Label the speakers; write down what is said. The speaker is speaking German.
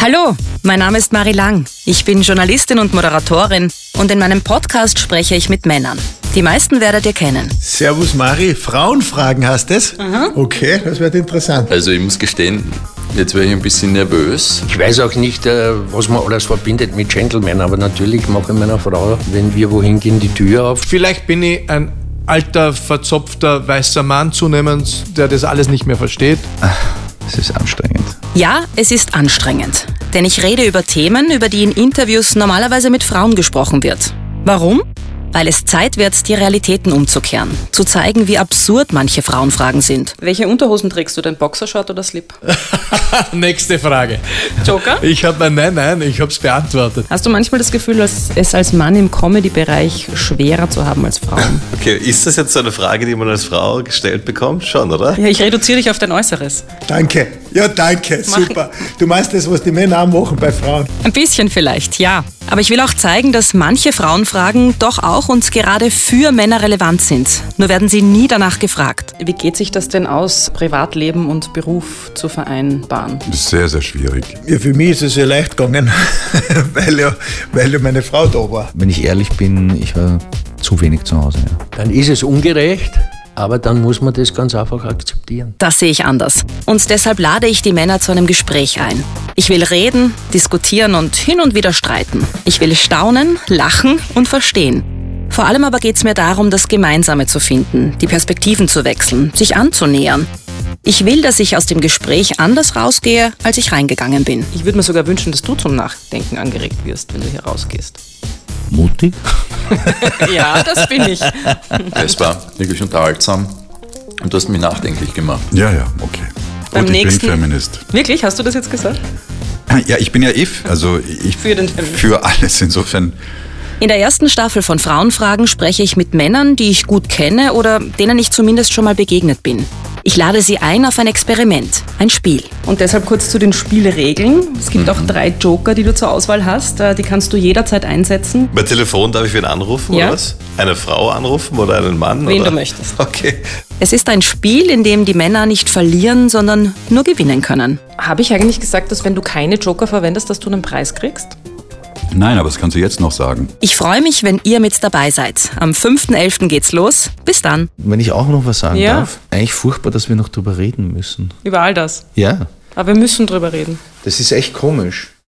Speaker 1: Hallo, mein Name ist Marie Lang. Ich bin Journalistin und Moderatorin und in meinem Podcast spreche ich mit Männern. Die meisten werdet ihr kennen.
Speaker 2: Servus Mari, Frauenfragen hast es? Okay, das wird interessant.
Speaker 3: Also ich muss gestehen, jetzt wäre ich ein bisschen nervös.
Speaker 4: Ich weiß auch nicht, äh, was man alles verbindet mit Gentleman, aber natürlich mache ich meiner Frau, wenn wir wohin gehen, die Tür auf.
Speaker 5: Vielleicht bin ich ein alter, verzopfter, weißer Mann zunehmend, der das alles nicht mehr versteht.
Speaker 6: Es ist anstrengend.
Speaker 1: Ja, es ist anstrengend. Denn ich rede über Themen, über die in Interviews normalerweise mit Frauen gesprochen wird. Warum? Weil es Zeit wird, die Realitäten umzukehren. Zu zeigen, wie absurd manche Frauenfragen sind.
Speaker 7: Welche Unterhosen trägst du denn? Boxershort oder Slip?
Speaker 5: Nächste Frage.
Speaker 7: Joker?
Speaker 5: Ich habe nein, nein, ich habe es beantwortet.
Speaker 7: Hast du manchmal das Gefühl, dass es als Mann im Comedy-Bereich schwerer zu haben als Frauen?
Speaker 8: Okay, ist das jetzt so eine Frage, die man als Frau gestellt bekommt? Schon, oder?
Speaker 7: Ja, ich reduziere dich auf dein Äußeres.
Speaker 2: Danke. Ja, danke. Super. Du meinst das, was die Männer auch machen bei Frauen.
Speaker 1: Ein bisschen vielleicht, ja. Aber ich will auch zeigen, dass manche Frauenfragen doch auch und gerade für Männer relevant sind. Nur werden sie nie danach gefragt.
Speaker 7: Wie geht sich das denn aus, Privatleben und Beruf zu vereinbaren?
Speaker 9: Sehr, sehr schwierig.
Speaker 2: Ja, für mich ist es ja leicht gegangen, weil ja, weil ja meine Frau da war.
Speaker 6: Wenn ich ehrlich bin, ich war zu wenig zu Hause. Ja.
Speaker 4: Dann ist es ungerecht, aber dann muss man das ganz einfach akzeptieren.
Speaker 1: Das sehe ich anders. Und deshalb lade ich die Männer zu einem Gespräch ein. Ich will reden, diskutieren und hin und wieder streiten. Ich will staunen, lachen und verstehen. Vor allem aber geht es mir darum, das Gemeinsame zu finden, die Perspektiven zu wechseln, sich anzunähern. Ich will, dass ich aus dem Gespräch anders rausgehe, als ich reingegangen bin.
Speaker 7: Ich würde mir sogar wünschen, dass du zum Nachdenken angeregt wirst, wenn du hier rausgehst.
Speaker 6: Mutig?
Speaker 7: Ja, das bin ich.
Speaker 3: Es war wirklich unterhaltsam und du hast mich nachdenklich gemacht.
Speaker 9: Ja, ja, okay.
Speaker 7: Beim
Speaker 9: Und ich
Speaker 7: nächsten-
Speaker 9: bin Feminist.
Speaker 7: Wirklich? Hast du das jetzt gesagt?
Speaker 9: Ja, ich bin ja if, also ich
Speaker 7: Für den Feminist.
Speaker 9: für alles insofern.
Speaker 1: In der ersten Staffel von Frauenfragen spreche ich mit Männern, die ich gut kenne oder denen ich zumindest schon mal begegnet bin. Ich lade sie ein auf ein Experiment, ein Spiel.
Speaker 7: Und deshalb kurz zu den Spielregeln. Es gibt auch drei Joker, die du zur Auswahl hast. Äh, Die kannst du jederzeit einsetzen.
Speaker 8: Bei Telefon darf ich wen anrufen
Speaker 7: Ja.
Speaker 8: oder was? Eine Frau anrufen oder einen Mann?
Speaker 7: Wen
Speaker 8: oder?
Speaker 7: du möchtest.
Speaker 8: Okay.
Speaker 1: Es ist ein Spiel, in dem die Männer nicht verlieren, sondern nur gewinnen können.
Speaker 7: Habe ich eigentlich gesagt, dass wenn du keine Joker verwendest, dass du einen Preis kriegst?
Speaker 9: Nein, aber das kannst du jetzt noch sagen.
Speaker 1: Ich freue mich, wenn ihr mit dabei seid. Am 5.11. geht's los. Bis dann.
Speaker 6: Wenn ich auch noch was sagen
Speaker 7: Ja.
Speaker 6: darf, eigentlich furchtbar, dass wir noch drüber reden müssen.
Speaker 7: Über all das.
Speaker 6: Ja,
Speaker 7: Aber wir müssen drüber reden.
Speaker 6: das ist echt komisch.